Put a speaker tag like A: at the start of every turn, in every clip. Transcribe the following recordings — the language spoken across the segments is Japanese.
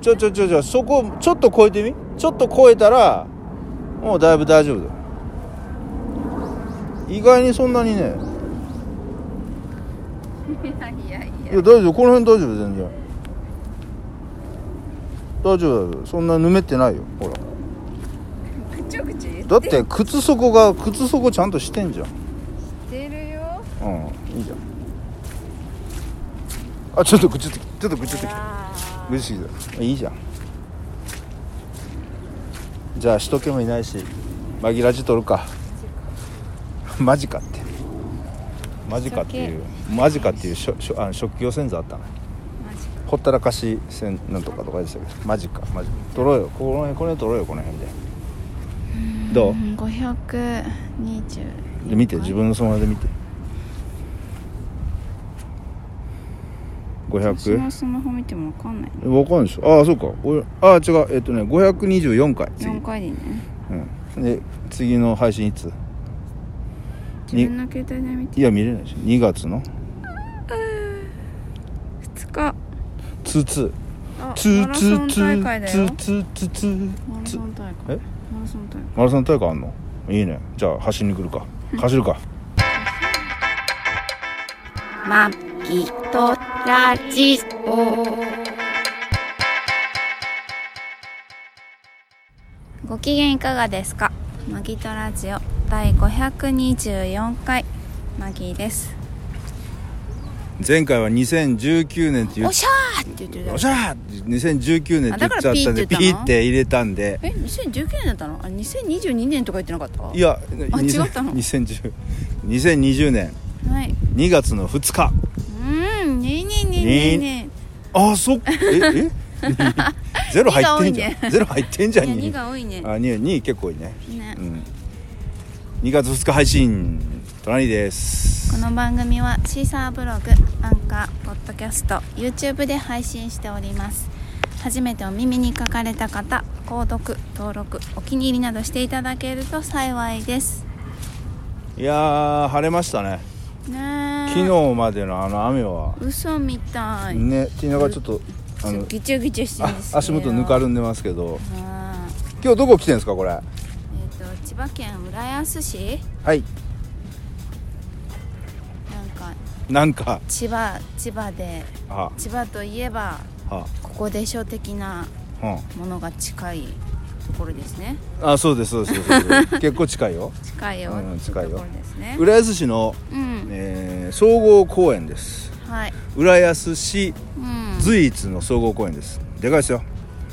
A: ちょちょちょちょそこちょっと超えてみちょっと超えたらもうだいぶ大丈夫だよ意外にそんなにね
B: いやいやい
A: いや
B: や
A: 大丈夫この辺大丈夫全然大丈夫大丈夫そんなぬめってないよほら
B: ぐちょぐちょ言って
A: だって靴底が靴底ちゃんとしてんじゃん
B: してるよ
A: うんいいじゃんあちょっとぐちょっとちょっとぐちょっときた
B: あ
A: ぐちょっときたいいじゃんじゃあしとけもいないし紛らじとるかマジかってマジかっていうマジかっていうしょしょあの職業潜座あったの
B: マジか
A: ほったらかしせんなんとかとかでしたけどマジかマジか取ろうよこの辺この辺取ろうよこの辺でどう
B: 520
A: で見て自分のスマホで見て
B: 私
A: 500?
B: のスマホ見てもわかんないね
A: わかんないでしょああそうか俺ああ違うえっとね524回次
B: 4回でいいね
A: うん、で次の配信いつに
B: 自分の携帯で見て
A: いや見れないでしょ2月の
B: 2日
A: ツーツー
B: あ
A: ツーツーツ
B: マラソン大会
A: ー
B: だ
A: ツ
B: よ
A: ーツーツーツー
B: マラ
A: ツ
B: ソ
A: ー
B: ン大
A: え
B: 会マラソン大会
A: マラソン大会あんのいいねじゃあ走りに来るか走るか
B: マギトラジオ。ご機嫌いかがですか。マギトラジオ第524回マギーです。
A: 前回は2019年って言
B: お
A: っ
B: しゃーって言って
A: お
B: た。
A: しゃー2019年って言っちゃったんで
B: あだからピーって言った
A: ピ
B: の
A: ーって入れたんで
B: え、2019年だったの？あ、2022年とか言ってなかった？
A: いや
B: あ
A: 2000
B: 違ったの
A: 2010 2020年
B: はい。
A: 2月の2日
B: うん、ねえねえねえねえね
A: あそっえ えゼロ入ってんじ
B: 二が
A: ゃ
B: 多い
A: んゼロ入ってんじ
B: え。
A: ゃん
B: いや、
A: に
B: 2が多いね。
A: あ二二結構いいね
B: ね
A: う。ん2月2日配信隣で
B: こ
A: す
B: の番組はシーサーブログアンカーポッドキャスト YouTube で配信しております初めてお耳に書かれた方購読登録お気に入りなどしていただけると幸いです
A: いやー晴れましたね
B: ねえ
A: 昨日までのあの雨は
B: 嘘みたい、
A: ねティナがちょっとあの
B: ギチュギチュしてるん
A: あ
B: ですよ
A: 足元ぬかるんでますけど
B: あー
A: 今日どこ来てんですかこれ
B: えっ、と千葉県浦安市
A: はい
B: なんか
A: なんか
B: 千葉千葉で
A: あ
B: 千葉といえば
A: あ、
B: ここでしょ的な
A: う
B: ものが近いところですね
A: ん、あそうですそうですそうです 結構近いよ
B: 近いよ、
A: うん近いよ
B: ところですね
A: 浦安市の、
B: うん、
A: えー総合公園です
B: はい、
A: 浦安市
B: うん、
A: 随一の総合公園ですでかいですよ、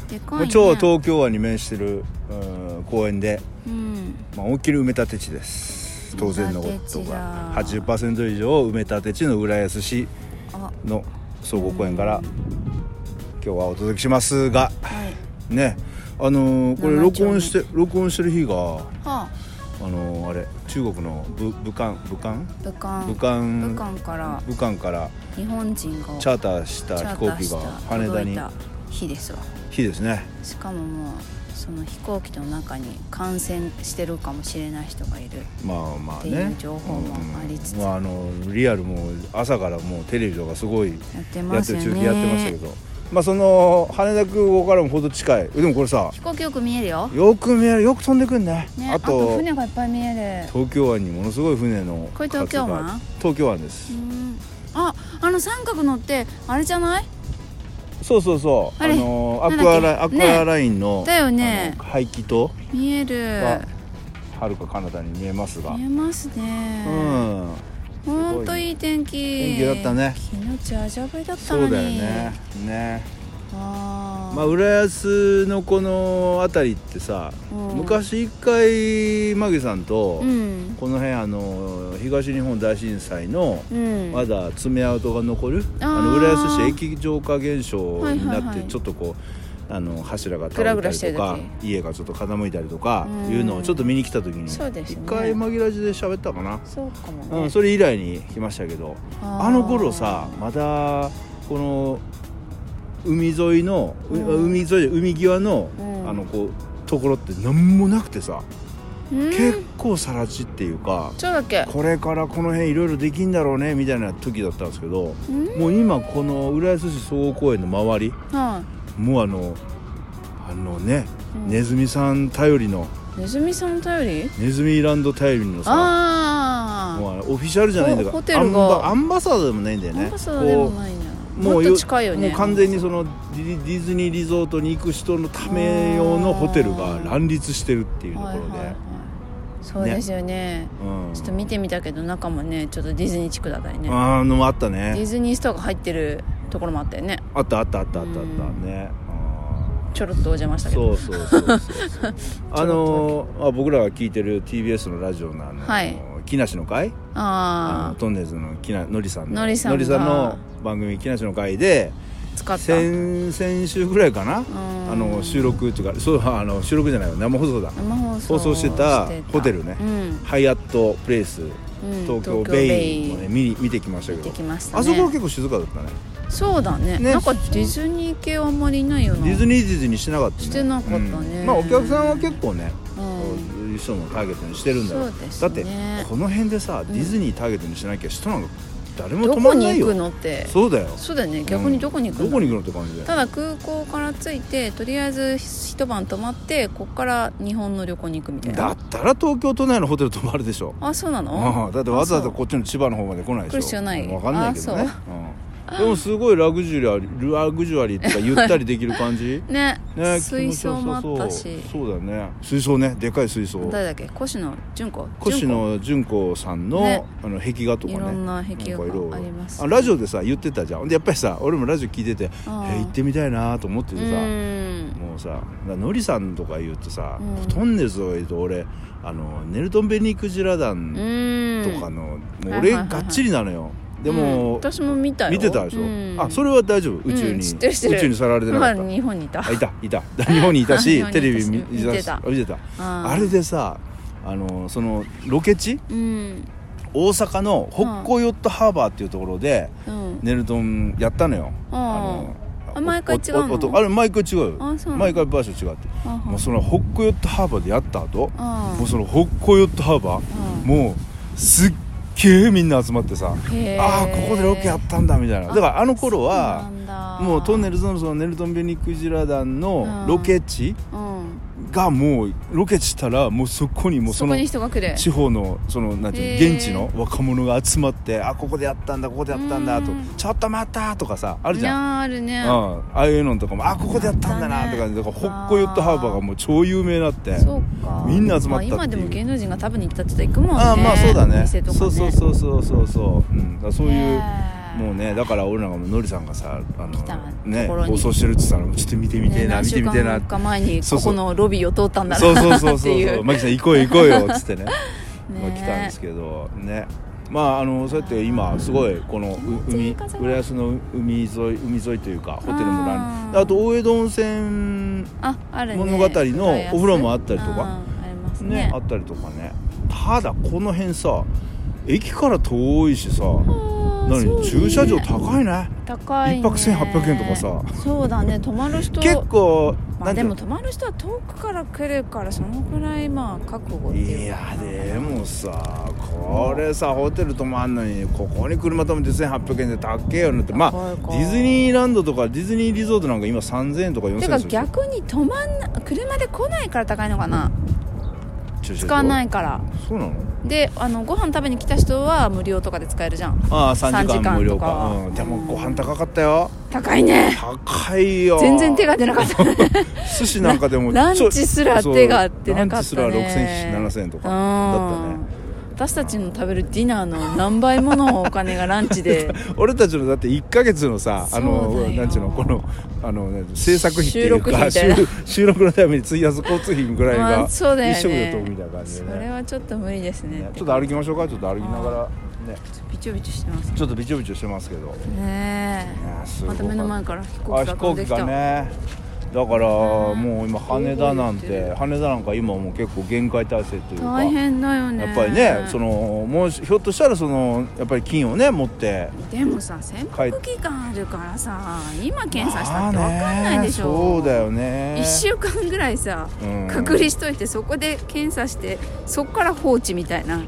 B: でかい
A: もう
B: ね
A: 超東京湾に面してる、うん公園で、
B: うん、
A: まあ、思いっきり埋め立て地です当然のこ
B: 埋
A: と
B: め立て地
A: が
B: だ
A: 80%以上を埋め立て地の浦安市
B: あ、は
A: の総合公園から今日はお届けしますが
B: い、
A: ねあのーこれ
B: 生
A: 録
B: 調
A: 音
B: 味
A: して録音してる日が
B: はあ、
A: あのーあれ中国の武武漢武漢
B: 武漢、
A: 武漢
B: 武漢から
A: 武漢から
B: 日本人が
A: チャーターした
B: チャ
A: 飛
B: ー
A: 行
B: ター
A: 機
B: した
A: が羽田
B: 届い
A: に
B: た日ですわ。
A: 日ですね
B: しかももうその飛行機の中に感染してるかもしれない人がいる。
A: まあまあ
B: ってい
A: ね
B: う情報もありつつ
A: うんまあ、あのリアルもう朝からもうテレビとかすごい
B: やって
A: や
B: ま
A: って
B: す
A: る
B: よ
A: 中
B: ね。
A: 継やってましたけどまあその羽田空港からもほど近いでもこれさ
B: 飛行機よく見えるよ。
A: よく見えるよく飛んでくんね
B: ね、
A: あ
B: あと
A: と
B: 船がいっぱい見える。
A: 東京湾にものすごい船の
B: これ東京湾
A: 数が東京湾です
B: うん、あ、あの三角乗ってあれじゃない？
A: そうそうそうあ
B: あれ
A: のア
B: なんだっ
A: ク
B: け
A: アラインアクアラインの
B: だよね
A: あの排気塔
B: 見える
A: が。はるか彼方に見えますが
B: 見えます
A: う
B: ね。
A: ん
B: ほんといい天気
A: 天気だったね
B: 昨日ジャージャ降りだった
A: そ
B: のに
A: うだよねね
B: あー、
A: まあ浦安のこの辺りってさ、
B: うん
A: 昔一回マギさんと、
B: うん
A: この辺あの東日本大震災の
B: うん
A: まだ爪痕が残る、
B: あー
A: あの浦安市液状化現象にな
B: は
A: って、
B: いはいはい
A: ちょっとこうあの柱が
B: ぐら
A: 倒
B: ぐ
A: れ
B: らしたて
A: り
B: る
A: とか家がちょっと傾いたりとかいうのをちょっと見に来た時に
B: そうです
A: 一
B: ね
A: 回紛らじで喋ったかな、
B: そうかもね、
A: うん、それ以来に来ましたけど
B: あー
A: あの頃さまだこの海沿いの、う
B: うん
A: 海沿いで海際の、
B: うん
A: あのこうところって何もなくてさ、
B: うん
A: 結構さら地っていうか
B: そうだっけ
A: これからこの辺いろいろできんだろうねみたいな時だったんですけど、
B: うん
A: もう今この浦安市総合公園の周り
B: は
A: もうあのあのね、
B: うん
A: ネズミさん頼りの
B: ネズミさん頼り
A: ネズミランド頼りのさ
B: あ
A: もうあのオフィシャルじゃないんだか
B: ホホテ
A: らア
B: ル
A: ン
B: が
A: バアンバサダーでもないんだよ
B: あ、ね、
A: ね
B: パスでも
A: こ
B: ないんだ
A: う
B: もっ
A: よ
B: と近いよね
A: もう完全にそのディディズニーリゾートに行く人のため用のホテルが乱立してるっていうところで、
B: はいはいはい、そうですよね
A: うん
B: ちょっと見てみたけど中もねちょっとディズニー地区だったりね
A: あーのもあった
B: ディ
A: ね
B: ズニーストアが入ってるところもあったよね
A: あったあったあったあったあった
B: うん
A: ねあー
B: ちょろっとお邪魔したけど
A: そうそうそう そうそうあのーあ僕らが聞いてる TBS のラジオのあの、
B: はい
A: 木梨の会あの
B: あ
A: トンネルズの木なのりさんの
B: のりさんが
A: の番組「木梨の会で」
B: あ使った
A: 先先週ぐらいかな
B: ー
A: あの収録っていうかそうあの収録じゃないわ生放送だ
B: 生放送
A: 放送してたホテルね
B: うん
A: ハイアットプレイス
B: うん
A: 東京
B: 東京
A: ベイ
B: ベイ
A: もね見に見てきましたけ
B: 行って
A: ど
B: きましたね
A: あそこは結構静かだったね
B: そうだね
A: ね
B: なんかディズニー系はあんまりいないよな
A: ディズニーディズニーしなかったね
B: してなかったね
A: うんまあお客さんは結構ね
B: うん
A: そういう人もターゲットにしてるんだよ
B: そうです
A: だ
B: ね
A: ってこの辺でさディズニーターゲットにしなきゃ人なんか誰も
B: ど
A: 泊ま
B: こ
A: ん
B: に
A: ない
B: 行
A: よ
B: くのって
A: そうだよ
B: そうだよね逆にどこに行く
A: どこ
B: の
A: に行くのって感じだ
B: た
A: よ
B: だ空港から着いてとりあえず一晩泊まってこっから日本の旅行に行くみたい
A: だ
B: な
A: ったら東京都内のホテル泊まるでしょ
B: あそうなの
A: ああだってわざわ
B: あ
A: ざ
B: そう
A: こっちの千葉の方まで来ないでしょ
B: 来る必要ない
A: 分かんないけど
B: あ
A: ねうんでもすごいラグジュアリーラグジュアリーっていうかゆったりできる感 じ
B: ね
A: ね
B: 水槽もあった
A: 気
B: し
A: 持ちよさそうそうだよね水槽ねでかい水槽
B: 誰だっけ越野純子
A: 越野純子さんの,、
B: ね
A: あの壁画とか
B: い
A: ね
B: ろんな壁画が
A: んか色々
B: ありますね
A: あラジオでさ言ってたじゃんでやっぱりさ俺もラジオ聞いてて、え
B: あー
A: ー行ってみたいなと思って
B: う
A: てさ、
B: ん
A: もうさだからのりさんとか言うとさ、
B: うん
A: トンネルズを言うと俺あのネルトン・ベニークジラ団
B: うん
A: とかの、もう
B: はいはい
A: 俺
B: はいはい
A: がっちりなのよ、
B: うん
A: でも、
B: 私も見たよ
A: 見てたでしょ、
B: うん
A: あそれは大丈夫宇宙に、
B: うん知ってる
A: 宇
B: 知ってる
A: 宙にさらわれてなかった、
B: まあ日本にいた
A: あいたいた日本にいた し
B: 日本にいたし
A: テレビ見
B: 見てた
A: 見てた
B: あ
A: あれでさあのそのロケ地
B: うん
A: 大阪の北港ヨットハーバーっていうところで、
B: うん
A: ネルトンやったのよ、
B: うん
A: の
B: あ毎回違うの
A: おおおあれ毎回違うよ
B: あそうなの
A: 毎回場所違って
B: あは
A: もうその北港ヨットハーバーでやった後
B: あ
A: もうその北港ヨットハーバー、
B: うん
A: もうすっげえみんな集まってさ
B: へー
A: ああここでロケやったんだみたいなだからあの頃はもうトンネ
B: ル
A: ルズのそのネルトン・ベニクジラ団
B: う
A: の
B: ん
A: ロケ地
B: うん
A: がもうロケ地したらもうそこにもう
B: そ
A: その
B: こに人が来る
A: 地方のそのなんていう
B: へー
A: の現地の若者が集まってあここでやったんだここでやったんだと
B: うん
A: ちょっと待ったとかさあ
B: あ
A: るじゃん。
B: んある
A: う
B: ね
A: ん、ああいうのとかもあここでやったんだな
B: や
A: っ
B: ってた
A: 感
B: ね
A: じでだからほっこヨットハーバーがもう超有名になって
B: そうか
A: みんな集まったっていう
B: あ今でも芸能人が食べに行ったって言ったら行くもんね
A: ああまあそうだね
B: 店とかね
A: そうそうそうそうそうそう、うん、だからそういう
B: ねえ
A: もうねだから俺なんかものりさんがさあ
B: 来た
A: のね
B: ところに
A: 放送してるって言ったらちょっと見てみてえ
B: ね
A: な、
B: 何
A: 見て
B: 週
A: みてえ
B: 間
A: な
B: か前に
A: そう
B: こ
A: そう
B: このロビーを通ったんだ
A: そう
B: な
A: そうそう
B: っ
A: そう
B: てい
A: そううマキさん行こうよ行こうよっつってね
B: ね
A: まあ来たんですけどねまああのそうやって今すごいこのう
B: 気持ちいい
A: 海
B: 風が
A: 浦安の海沿い海沿いというかホテルもラ
B: あ
A: ン
B: ー
A: あと大江戸温泉
B: ああるね
A: 物語のお風呂もあったりとか
B: うんあります
A: ね
B: ね
A: あったりとかねただこの辺さ駅から遠いしさ
B: あ
A: 何、
B: そうね
A: 駐車場高いね
B: 高いね
A: 一泊1800円とかさ
B: そうだね泊まる人
A: 結構
B: まあ
A: て
B: で
A: いう
B: も
A: の
B: 泊まる人は遠くから来るからそのくらいまあ覚悟って
A: い
B: いうか
A: やでもさこれさホテル泊まんのにここに車止めて1800円で高えよねってまあ
B: 高いか
A: ディズニーランドとかディズニーリゾートなんか今3000円とか4000円
B: て
A: す
B: か
A: るでしょ
B: 逆に泊まんな車で来ないから高いのかな
A: 駐車場
B: 使わないから
A: そうなの
B: であのご飯食べに来た人は無料とかで使えるじゃん
A: ああ3
B: 3
A: 時
B: 時
A: 間
B: 間
A: 無料
B: と
A: か
B: か
A: うん、でもご飯高かったよ
B: 高いね
A: 高いよ
B: 全然手が出なかったね
A: 寿司なんかでも
B: ラン
A: ちょ
B: チすら手が出なかった
A: そ
B: ね
A: うランチすら6000円7000円とかだったね
B: うん私たちの食べるディナーの何倍ものお金がランチで
A: 俺たちのだって1か月のさあ
B: そう
A: の
B: だよ
A: なんちゅうのこのあの、ね、制作費っていうか
B: 収録費みたいな
A: 収収録の ために費やす交通費 ぐらい
B: ま
A: が
B: あそうだよね
A: 一食で飛ぶみたいな感じ
B: そ
A: で
B: れ
A: ね
B: はちょっと無理ですね
A: ねちょっと歩きましょうかちょっと歩きながらね
B: ビチョビチョしてます
A: ちょっとびちょびちょしてますけどい
B: ね
A: やす
B: え
A: ご
B: ま
A: い
B: た目の前から飛行
A: あ
B: 機が飛
A: 飛行
B: んで
A: 機
B: きた
A: がねだから
B: うん
A: もう今羽田な
B: 動
A: ん
B: いて
A: て羽田なんか今もう結構限界体制というか
B: 大変だよね
A: やっぱりねそのもうひょっとしたらそのやっぱり金をね持って
B: でもさ潜伏期間あるからさ今検査したって分かんないでしょ
A: まあねそうだよね
B: 1週間ぐらいさ、
A: うん
B: 隔離しといてそこで検査してそこから放置みたいな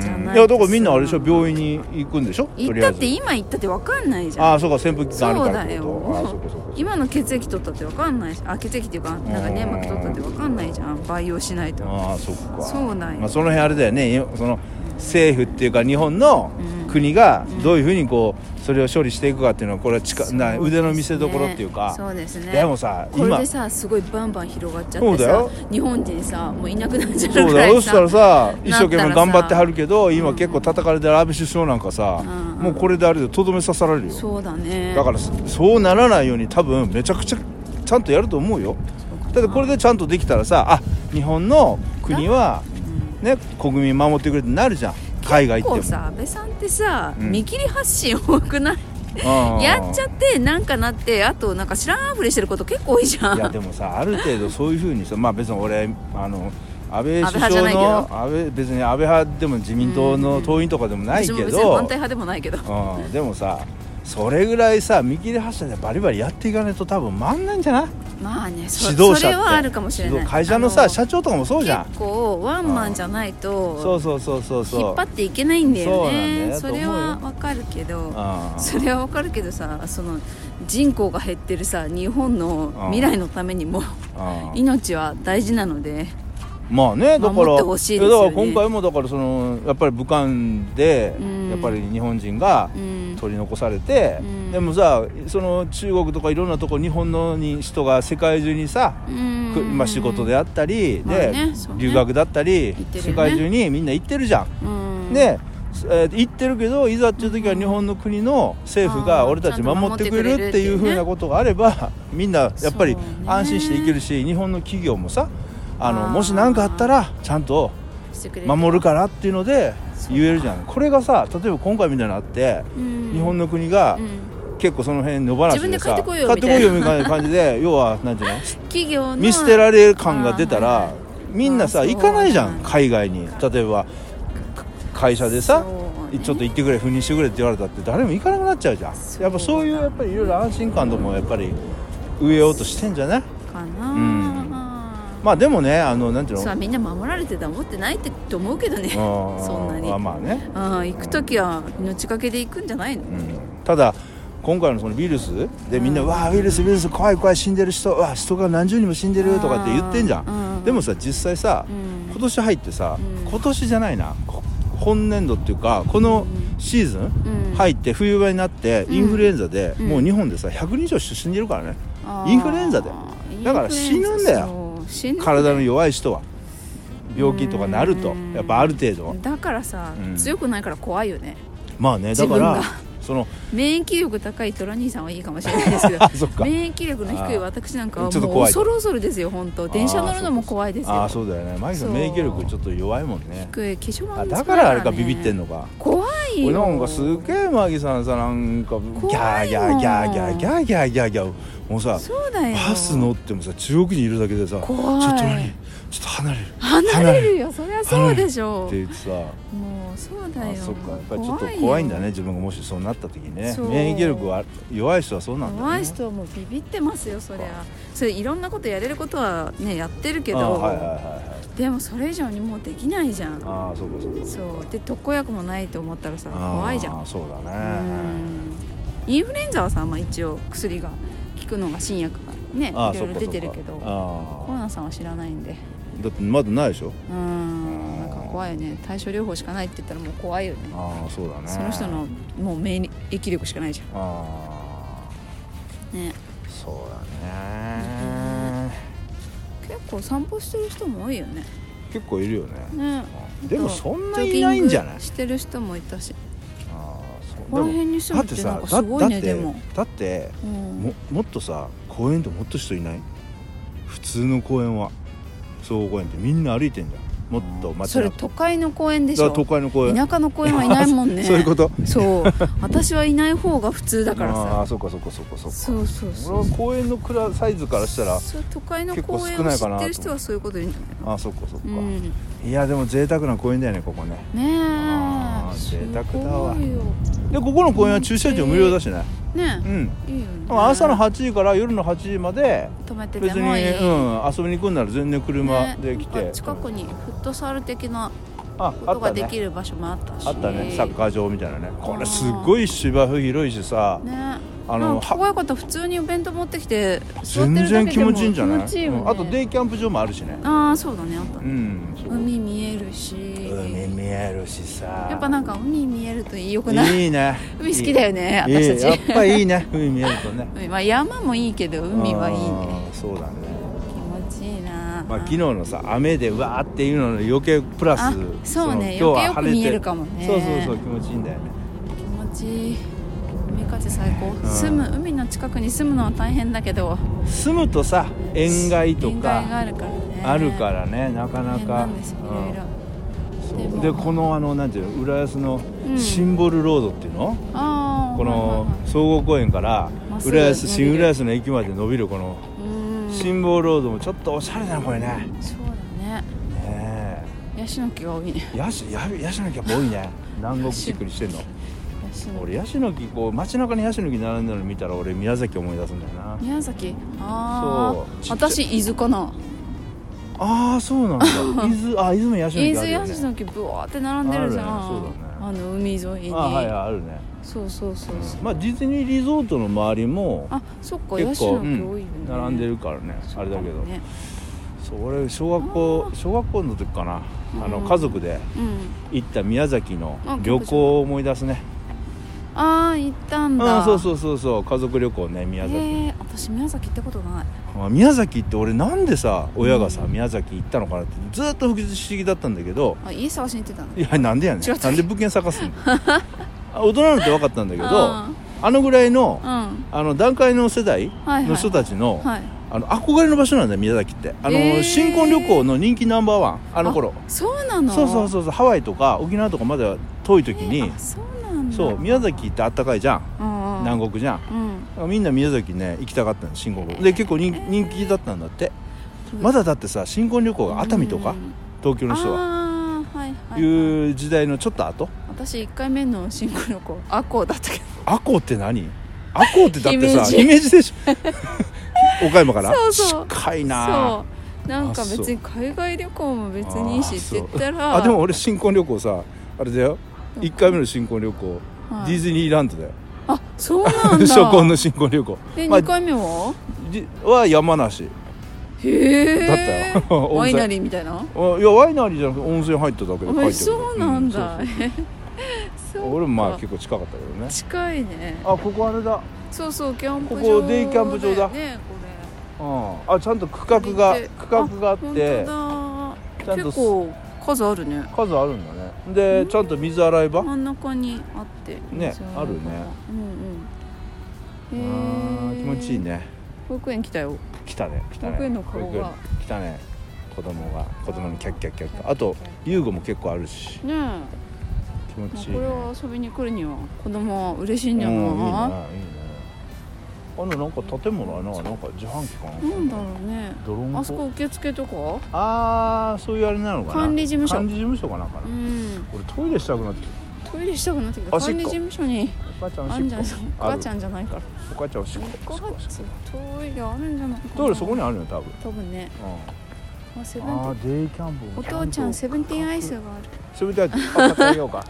B: じゃない
A: いやだからみんなあれでしょ病院に行くんでしょと
B: 行っ
A: り
B: た
A: あえ
B: っ
A: ず
B: て今行ったって分かんないじゃん
A: ああそうか扇風機があるからってこと
B: そうだよ
A: ああそうかそうか
B: 今の血液取ったって分かんないしあ血液っていうかなんか粘膜取ったって分かんないじゃん培養しないと
A: ああそっか
B: そうなんよ
A: まあ、その辺あれだよねいその政府っていうか日本の
B: うん
A: 国がどういうふうにこうそれを処理していくかっていうのはこれは近、
B: そう
A: な
B: ですね
A: 腕の見せ所っていうか
B: そうですね
A: でもさ
B: これ
A: 今
B: でさすごいバンバン広がっちゃ
A: そ
B: っ
A: う
B: て
A: だ
B: さ
A: よ
B: 日本人さもういなくなっちゃう
A: そう
B: ぐ
A: だ
B: ら
A: よそ
B: い
A: したら
B: さ
A: さ
B: ったら
A: 一
B: さ
A: 生懸命頑張ってはるけど今
B: うん
A: 結構叩かれてる安倍首相なんかさ、
B: うん
A: もうこれであれでとどめ刺されるよ
B: そうだね
A: だからそそうならないように多分めちゃくちゃちゃんとやると思うよだってこれでちゃんとできたらさあ日本の国はね国民守ってくれってなるじゃん海外行って
B: こ
A: も
B: うさ安倍さんってさ、
A: うん
B: 見切り発信多くない
A: うん
B: やっちゃってなんかなってあとなんか知らんふりしてること結構多いじゃん
A: いやでもさある程度そういうふうにさまあ別に俺あの安倍
B: 安倍
A: 首
B: 派じゃな
A: 相
B: いけど
A: の安倍別に安倍派でも自民党の党員とかでもない
B: 私
A: け
B: も別に
A: ど、
B: 反対派でもないけど
A: うん、でもさそれぐらいさ見切り発車でバリバリやっていかないと多分回んないんじゃない
B: まあねそ
A: 指導者って
B: それはあるかもしれ
A: 指
B: ない
A: 導会社の
B: あ
A: さ社長とかもそうじゃん
B: 結構ワンマンじゃない
A: そ
B: と
A: うそうそうそうそう
B: 引っ張っていけないんだよねそ
A: そ
B: う
A: なんだ
B: れ
A: よ
B: はわかるけど
A: ああ
B: それはわかるけどさその人口が減ってるさ日本の未来のためにも
A: ああ
B: 命は大事なので
A: まあねだか
B: 守っ
A: ら
B: てほしいですよね
A: やだから今回もだからそのやっぱり武漢で
B: うん
A: やっぱり日本人が
B: うん
A: 取り残されて、
B: うん
A: でもさその中国とかいろんなとこ日本のに人が世界中にさ、
B: うん
A: くまあ、仕事であったり、
B: まあ
A: で、
B: ねそうね
A: 留学だったり、
B: 行ってるよね
A: 世界中にみんな行ってるじゃん。
B: うん
A: ねえー行ってるけどいざっていう時は日本の国の政府
B: あ
A: が
B: ー
A: 俺たち守ってくれるっていうふうなことがあればみんなやっぱり
B: そうね
A: 安心していけるし日本の企業もさあ
B: あ
A: の
B: ー
A: もし何かあったらちゃんと
B: してくれ
A: 守るからっていうので
B: そう
A: 言えるじゃんこれがさ例えば今回みたいなのあって
B: うん
A: 日本の国が
B: うん
A: 結構その辺野放し
B: 自分で
A: で
B: 買っ
A: さ
B: てこいよ
A: 買ってこいよみたいな感じで要はなんていうの
B: 企業の
A: 見捨てられる感が出た
B: あーはいは
A: ら
B: い
A: みんな
B: あ
A: さ
B: ー
A: 行かないじゃん
B: そう
A: 海外に例えばか会社でさ
B: そうね
A: ちょっと行ってくれ赴任してくれって言われたって誰も行かなくなっちゃうじゃん
B: そう
A: やっぱそういうやっぱりいろいろ安心感とかもやっぱり植えようとしてんじゃない
B: かな、
A: うんまあでもねあのなんていう
B: さあ
A: の
B: みんな守られてた思ってないってと思うけどね
A: うん
B: そんなに
A: まあ
B: あ
A: まあ ね、
B: あ行く時は命がけで行くんじゃないの、
A: うん、ただ今回のそのウイルスでみんな「
B: うん
A: わあウイルスウイルス怖い怖い死んでる人うわあ人が何十人も死んでる」とかって言ってんじゃ
B: うんうんうんん
A: でもさ実際さ
B: うん
A: 今年入ってさ
B: うん
A: 今年じゃないなこ本年度っていうかこのシーズ
B: うん
A: ン入って冬場になって
B: うん
A: インフルエンザで
B: うん
A: もう日本でさ100人以上死んでるからね
B: ああ
A: インフルエンザだよだか
B: イ
A: ら
B: ンフルエンザ
A: 死ぬんだよ
B: そう死ぬんだよ
A: 体の弱い人は病気とかなると
B: うん
A: やっぱある程度は
B: だからさ、
A: うん
B: 強くないから怖いよね
A: まあねだか
B: 自分
A: ら
B: が
A: その
B: 免疫力高いトラ兄さんはいいかもしれないですけ
A: あ そっ
B: ど
A: か
B: 免疫力の低い私なんかは
A: ちょっと
B: もう
A: 怖い
B: 恐る恐るですよ本当電車乗るのも怖いです
A: あ
B: よ
A: あそうだよねマギさ
B: そ
A: ん
B: う
A: 免疫力ちょっと弱いもんね
B: 低い化粧も
A: あだからあれかビビってん
B: の
A: のか
B: 怖いよ
A: 俺なんかすげえマギさんさなんかギャーギャーギャーギャーギャーギャーギャーギャーもうさ
B: そうだよ
A: バス乗ってもさ中国人いるだけでさちょっと
B: 怖い
A: 何ちょっと離れる
B: 離れるよそりゃそうでしょ
A: って言って
B: う
A: さ
B: もうそうだ
A: あ
B: よ
A: そっかやっぱりちょっと怖いんだね自分がもしそうなった時にね
B: そう
A: 免疫力は弱い人はそうなんだね
B: 怖い人はもうビビってますよそりゃそれいろんなことやれることはねやってるけど、
A: あはいはいはいはい
B: でもそれ以上にもうできないじゃん
A: ああそうかそうか
B: そうで特効薬もないと思ったらさ
A: あー
B: 怖いじゃんう
A: そうだね
B: んインフルエンザはさ、まあ、一応薬が効くのが新薬がねい
A: あ
B: ろ
A: あそっ
B: いろ
A: かそっか
B: 出てるけどコロ
A: あ
B: ナさんは知らないんで
A: あだってまだないでしょ
B: うんなんか怖いよね対症療法しかないって言ったらもう怖いよね
A: ああそうだね
B: その人のもう免疫力しかないじ
A: あ
B: ゃんね
A: あそうだね
B: 結構散歩してる人も多いよね
A: 結構いるよね
B: ね
A: でもそんないないんじゃな
B: ジョギン
A: い
B: グしてる人もいたし
A: ああそう
B: この辺に住むってなんかすごいねでも、
A: だって
B: うん、
A: ももっとさ公園ってもっと人いない普通の公園は総合公園ってみんな歩いてんじゃんもっと街
B: それ
A: 中
B: 都会の公園でし
A: だから
B: ょ
A: 都会の公園
B: 田舎の公園はいないもんね
A: そういうこと
B: そう私はいない方が普通だから
A: ああ
B: さ
A: そっかそっかそっかそっか
B: そうそうそう
A: 俺は公園のくらサイズからしたら
B: そう都会の
A: 結構
B: 公園
A: 少
B: を
A: な
B: 知
A: いかな
B: っ
A: と
B: てる人はそういうこと言うんじゃない
A: ああそっかそっか、
B: のうんね
A: いやでも贅沢な公園だよねここねあ
B: え
A: ー贅沢だわ
B: すごいよ
A: でここの公園は駐車場無料だしね
B: ね
A: うん
B: え、いいよね
A: 朝の8時から夜の8時まで
B: 止めて
A: 別
B: て
A: に、
B: もいい、
A: うん、遊びに行くんなら全然車
B: ね
A: で来て、
B: なんか近くにフットサル的な
A: あ
B: こ
A: あ
B: と
A: っ
B: が
A: た
B: で
A: ね
B: きる場所もあったし
A: あったねサッ
B: ー
A: カー場みたいなねこれすっごい芝生広いしさ
B: ね
A: 遊あ
C: なん
A: の
C: か
A: は
C: こういうこと普通にお弁当持ってきて座ってる
A: 全
C: だ
A: 然
C: け
A: 気
C: でも
A: 持ちいいんじゃない
B: 気持ちいいよね
A: うんあとデイキャンプ場もあるしね
C: ああそうだねあった
A: う
C: ね、
A: んそう
B: 海見えるし
A: 海見えるしさ
C: やっぱなんか海見えるとよくない
A: いいね
B: 海好きだよね
A: いい
B: 私
A: や
B: た
A: っぱいいね海見えるとね
B: ち、 まあ、山もいいけど海はいいね
A: あーそうだね
B: 気持ちいいな、
A: まあ、昨日のさ雨でわーっていうのの余計プラ
B: あ
A: ス
B: そうね
A: の
B: 余計よく見えるかもね
A: そうそうそう気持ちいいんだよね
B: 気持ちいい海風最高
A: ん
B: 住む海の近くに住むのは大変だけど
A: 住むとさ塩害と
B: 塩害が
A: か
B: あるからね
A: あるからねなかな
B: 大変
A: か
B: なんですよいろいろ
A: うんそう
B: で
A: で
B: も
A: このあのなんていうの浦安の
B: うん
A: シンボルロードっていうの、
B: ああ
A: この
B: はいはいはい
A: 総合公園から
B: まっすぐ
A: 浦安
B: 伸びる
A: 新浦安の駅まで伸びるこの
B: うん
A: シンボルロードもちょっとおしゃれだなこれね
B: そうだね
A: ね
B: ヤシの木が多いね
A: えヤシヤヤシの木やっぱ多いね南国チックにしてんの
B: ヤシの木
A: 俺ヤシの木こう街中にヤシの木並んでるの見たら俺宮崎思い出すんだよな
B: 宮崎あ
A: そうちっち
B: あ
A: ゃい
B: 私伊豆かな
A: ああそ うなんだ伊豆あ伊豆もヤシの木
B: 伊
A: ある
B: 豆
A: よ、
B: ヤ
A: ね、
B: シの木ブワーって並んでるじゃん
A: あるねそうだね
B: あの海沿いに
A: あはいはいあるね
B: そうそうそうそう
A: まあディズニーリゾートの周りも
B: あそっかヤ
A: 結
B: シ
A: 構、
B: の木多いよね
A: うん並んでるからねあれだけど
B: そうね
A: そう俺小学校小学校の時かなあの
B: うん
A: 家族で
B: うん
A: 行った宮崎の
B: あ
A: 旅行を思い出すね
B: ああ行ったん
A: う
B: だ
A: んそうそうそうそう家族旅行ね宮崎、
B: へえ私宮崎行ったことない
A: まあ宮崎って俺なんでさ親がさ宮崎行ったのかなってずっと不思議だったんだけど
B: あ家探しに行ってたの
A: いやなんでやねん
B: 違う違う
A: なんで物件探すの あ大人になって分かったんだけど
B: あ
A: あのぐらいの
B: うん
A: あの段階の世代
B: はいは
A: の
B: い
A: 人たちの,、
B: はい
A: あの憧れの場所なんだよ宮崎ってあの、
B: へー
A: 新婚旅行の人気ナンバーワンあの頃
B: そうなの
A: そうそうそうそうハワイとか沖縄とかまだ遠い時
B: え
A: に
B: あ、そうなんだ
A: そう宮崎ってあったかいじゃん、
B: うんうん
A: 南国じゃん
B: うん
A: だからみんな宮崎ね行きたかったの新婚旅行で結構人人気だったんだってまだだってさ新婚旅行が熱海とか
B: うん
A: 東京の人は
B: ああはいはい
A: いう時代のちょっと後
B: 私一回目の新婚旅行アコーだったけど
A: アコって何アコってだってさ
B: 姫
A: イ
B: 路
A: メージでし ょ岡山から
B: そうそう
A: 近いなあ
B: そうなんか
A: あそう
B: 別に海外旅行も別にいいし
A: あ
B: って
A: そう
B: 言ったら
A: あでも俺新婚旅行さあれだよ
B: どこ
A: 1回目の新婚旅行
B: はい
A: ディズニーランドだよ
B: あそうなんだ
A: 初婚の新婚旅行
B: で
A: まあ
B: 2回目は
A: じは山梨
B: へえ
A: だったよ
B: ワイナリーみたいな
A: あいやワイナリーじゃなくて温泉入っただけで帰ってく
B: あ
A: る
B: そうなんだ、
A: うんそう
B: そ
A: そう
B: うか
A: 俺もまあ結構近かったけどね
B: 近いね
A: あここあれだ
B: そうそうキャンプ場
A: ここデイキャンプ場だ
B: ね
A: うんあちゃんと区画が
B: 見て
A: 区画があっ
B: こ
A: て
B: れ本
A: ち
B: 当
A: ゃ
B: だ
A: んと
B: 結構数あるね
A: 数あるんだねでちゃんと水洗い場
B: 真ん中にあって
A: ね
B: そう
A: あるね
B: うんうんへ
A: あ
B: え
A: ー気持ちいいね
B: 保育園来たよ
A: 来たね来た
B: 保
A: ね
B: 育園の顔が
A: 保育園来たね子供が子供にキャッキャッキャッキャッあと遊具も結構あるし
B: ねえま
A: 気持
B: あ
A: ちいい、
B: こ
A: ね、
B: れは遊びに来るには子供は嬉しいんじゃ
A: うんいいねいいね
B: な
A: あのなんか建物はななんか自販機かない
B: なんだろうね
A: ドローン
B: あそこ受付とか
A: ああそういうあれなのかな
B: 管理事務所
A: 管理事務所かなんかな、
B: うん
A: 俺トイレしたくなってきた
B: トイレしたくなってきた
A: あそっ
B: 管
A: か
B: 理事務所に
A: お母ちゃん
B: あ
A: お
B: るん
A: しっ
B: じゃないですか
A: こ
B: お母ちゃんじゃないから
A: お母ちゃんおしっこ
B: お母ちゃんトイレあるんじゃないかな
A: トイレそこにあるよ多分、
B: 多分ねあセ
A: う
B: ブ
A: ん、
B: ンティー
A: ああデイキャンプも
B: お父ちゃん
A: セ
B: セブンティーンアイスがある
A: ブンティーンアイスあ買ってあげようか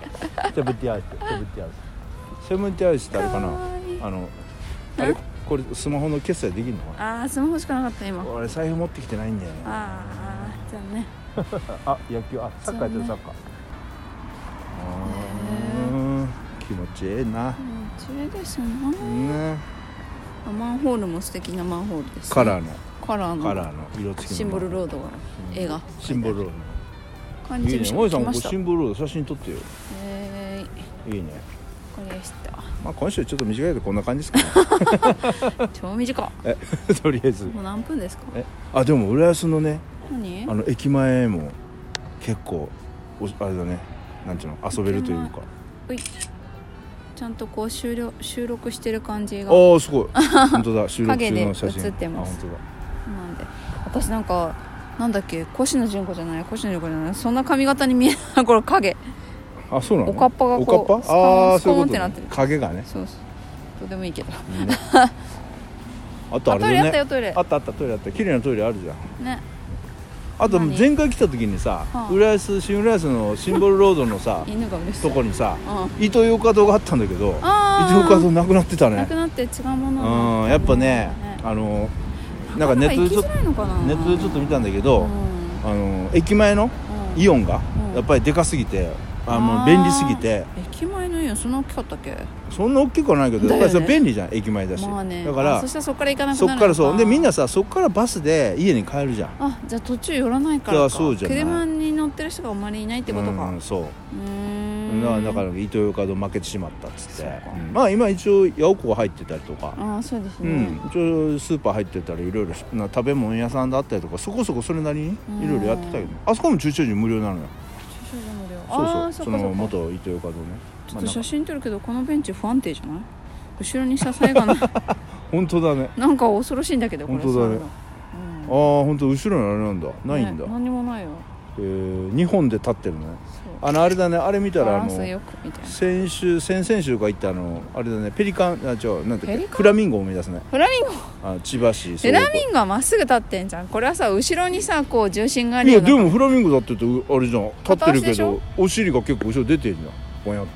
A: セブンティーンアイスセブンティーンアイスセブンティーンアイスってあれかな
B: ーい
A: あのあれこれスマホの決済できるのか
B: あースマホしかなかった今
A: な
B: あ
A: 俺財布持ってきてないんだよね
B: あーじゃあね
A: あ野球あサッカーやってるサッカーうーん気持ちええな
B: うんそれですな
A: ね
B: あマンホールも素敵なマンホールですね
A: カラーの
B: カラーの
A: カラーの色付きの
B: シンボルロードが絵が
A: シンボルロー
B: 感
A: ドい
B: じ
A: い
B: ま
A: ね
B: し
A: もえさ
B: 来
A: ん
B: ま
A: もこう
B: した
A: シンボルロード写真撮ってよ
B: えーい
A: いいね
B: これでした
A: まあ今週ちょっと短いけどこんな感じですか
B: 超短い
A: ねえ とりあえず
B: もう何分ですか
A: えあでも浦安のね
B: 何
A: あの駅前も結構おあれだねなんていうの遊べるというか
B: ういちゃんとこう収録収録してる感じが
A: ああ すごい本当だ収録中の写
B: 影
A: 真
B: で写ってます
A: あ本当だ
B: なんで私なんかなんだっけ腰野純子じゃない腰野純子じゃないそんな髪型に見えないこれ影
A: あそうなの
B: おかっぱがこう
A: おかっ
B: ス
A: ぱ
B: コーン
A: ああー
B: ス
A: そ
B: コーン
A: ういうこ
B: って
A: と
B: なっ
A: ね
B: てる
A: 影がね
B: そうそうどうでもいいけどあ
A: ねあとあ
B: トイレあ
A: れ
B: った
A: だ
B: よ
A: ね
B: トイレ
A: あったあったトイレあった綺麗なトイレあるじゃん
B: ね
A: あと
B: 何
A: 前回来た時にさ
B: はあ
A: 浦安新浦安のシンボルロードのさ
B: 犬が嬉しそ
A: と
B: う
A: こにさ
B: うん
A: イトーヨーカドーがあったんだけど
B: あ
A: ビデオカードなくなってた
B: な
A: ね
B: くなって違うも
A: う
B: の
A: んやっぱねあのなんかネットでちょっ
B: と
A: と
B: ネ
A: ネットでちょっと見たんだけど、あの駅前のイ
B: オン
A: オンが
B: うん
A: やっぱりでかすぎて、あの便利すぎて
B: 駅前のイオンそんな大きかったっけ
A: そんな大きくはないけど
B: だ
A: や
B: よ
A: っ
B: ね
A: ぱりそれ便利じゃん駅前だし、
B: まあね
A: だか
B: あ
A: ら
B: そしたらそっから行かなくなる
A: そっからそうでみん
B: な
A: なさそっからバスで家に帰るじゃん
B: あじゃあ途中寄らないから
A: い
B: か
A: やそうじゃない
B: 車に乗ってる人があんまりいないってことか
A: うん、そう
B: うー
A: だ
B: ん
A: からだからイトーヨーカドー負けてしまったっつっ
B: そう
A: て
B: か
A: うんまあ今一応ヤオコが入ってたりとか
B: ああそうです
A: う
B: ね、
A: ん、一応スーパー入ってたらいろいろな食べ物屋さんだったりとかそこそこそれなりにいろいろやってたけどあそこも駐車場無料なのよ
B: 駐車場無料
A: そうそ
B: ああ
A: う
B: そ
A: そ
B: っか
A: の
B: そっか
A: 元イトーヨーカドーね
B: ちょっと
A: まあなんか
B: 写真撮るけどこのベンチ不安定じゃない後ろに支え がない
A: 本当だね
B: なんか恐ろしいんだけどこれ
A: 本当だね
B: そう
A: ああ
B: うん
A: 本当後ろにあれなんだないんだ、
B: ね何にもないよ
A: えー、2本で立ってるね
B: そう
A: あのあれだねあれ見た
B: バ
A: ら
B: ラ
A: あ
B: ンス
A: の
B: よくみたいな
A: 先週先々週が行ったあのあれだねペリカンあ違うなんだ
B: ペ
A: っ
B: リ
A: け
B: カン
A: フラミンゴを思い出すね
B: フラミンゴ
A: あ千葉市
B: フラミ
A: ン
B: ンゴはまっすぐ立ってんじゃんこれはさ後ろにさこう重心があ
A: い
B: るよ
A: や
B: うな
A: でもフラミンゴだって言うとあれじゃん立ってる
B: 片足で
A: け
B: しょ
A: どお尻が結構後ろ出てんじゃんぼやっ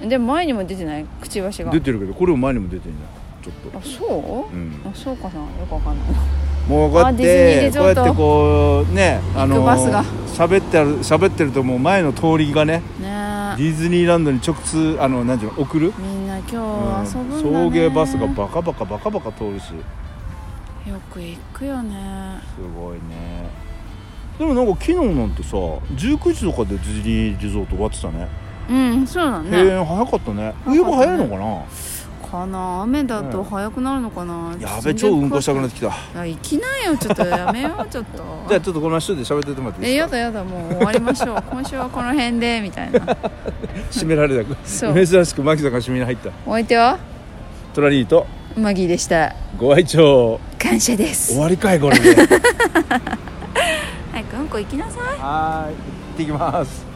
A: て
B: でも前にも出てないくちばしが
A: 出てるけどこれも前にも出てんじゃんちょっ
B: あ
A: と
B: そう
A: う、ん
B: あそうかなよくわかんない
A: もうこうやっ
B: ディズニーリ
A: てこう
B: ゾー
A: やっ
B: ト
A: てこうねあ
B: 行く
A: の
B: バスが
A: 喋ってある喋ってるともう前の通りがねデ
B: ねえ
A: ィズニーランドに直通あの何ていうの送る
B: みんな今日
A: うん
B: 遊
A: 送
B: ぶんだね、
A: 迎バスがバカバカバカバカ通るしす
B: よく行くよね
A: ごいねでもなんか昨日なんてさ19時とかでディズニーリゾート終わってたね
B: うんそうだ
A: 閉
B: ね
A: 園早かったね
B: 早かったね
A: 冬場早いのかな
B: かな雨だと早くなるのかな、
A: やべ超うんこしたくなっててきたじ
B: いや行きなよちょっとやめようち ょっと
A: ゃあちょっとこの人で喋っててもらってい
B: え
A: いで
B: や
A: すか
B: だやだもう終わりましょ う今週はこの辺でみたいな
A: 締められたく
B: そう
A: 珍しくマキさんが締めに入った
B: お相手は
A: トラリーと
B: マギーでした
A: ご愛聴
B: 感謝です
A: 終わりかい これで
B: 早くうんこ行きなさい
A: はーい行ってきます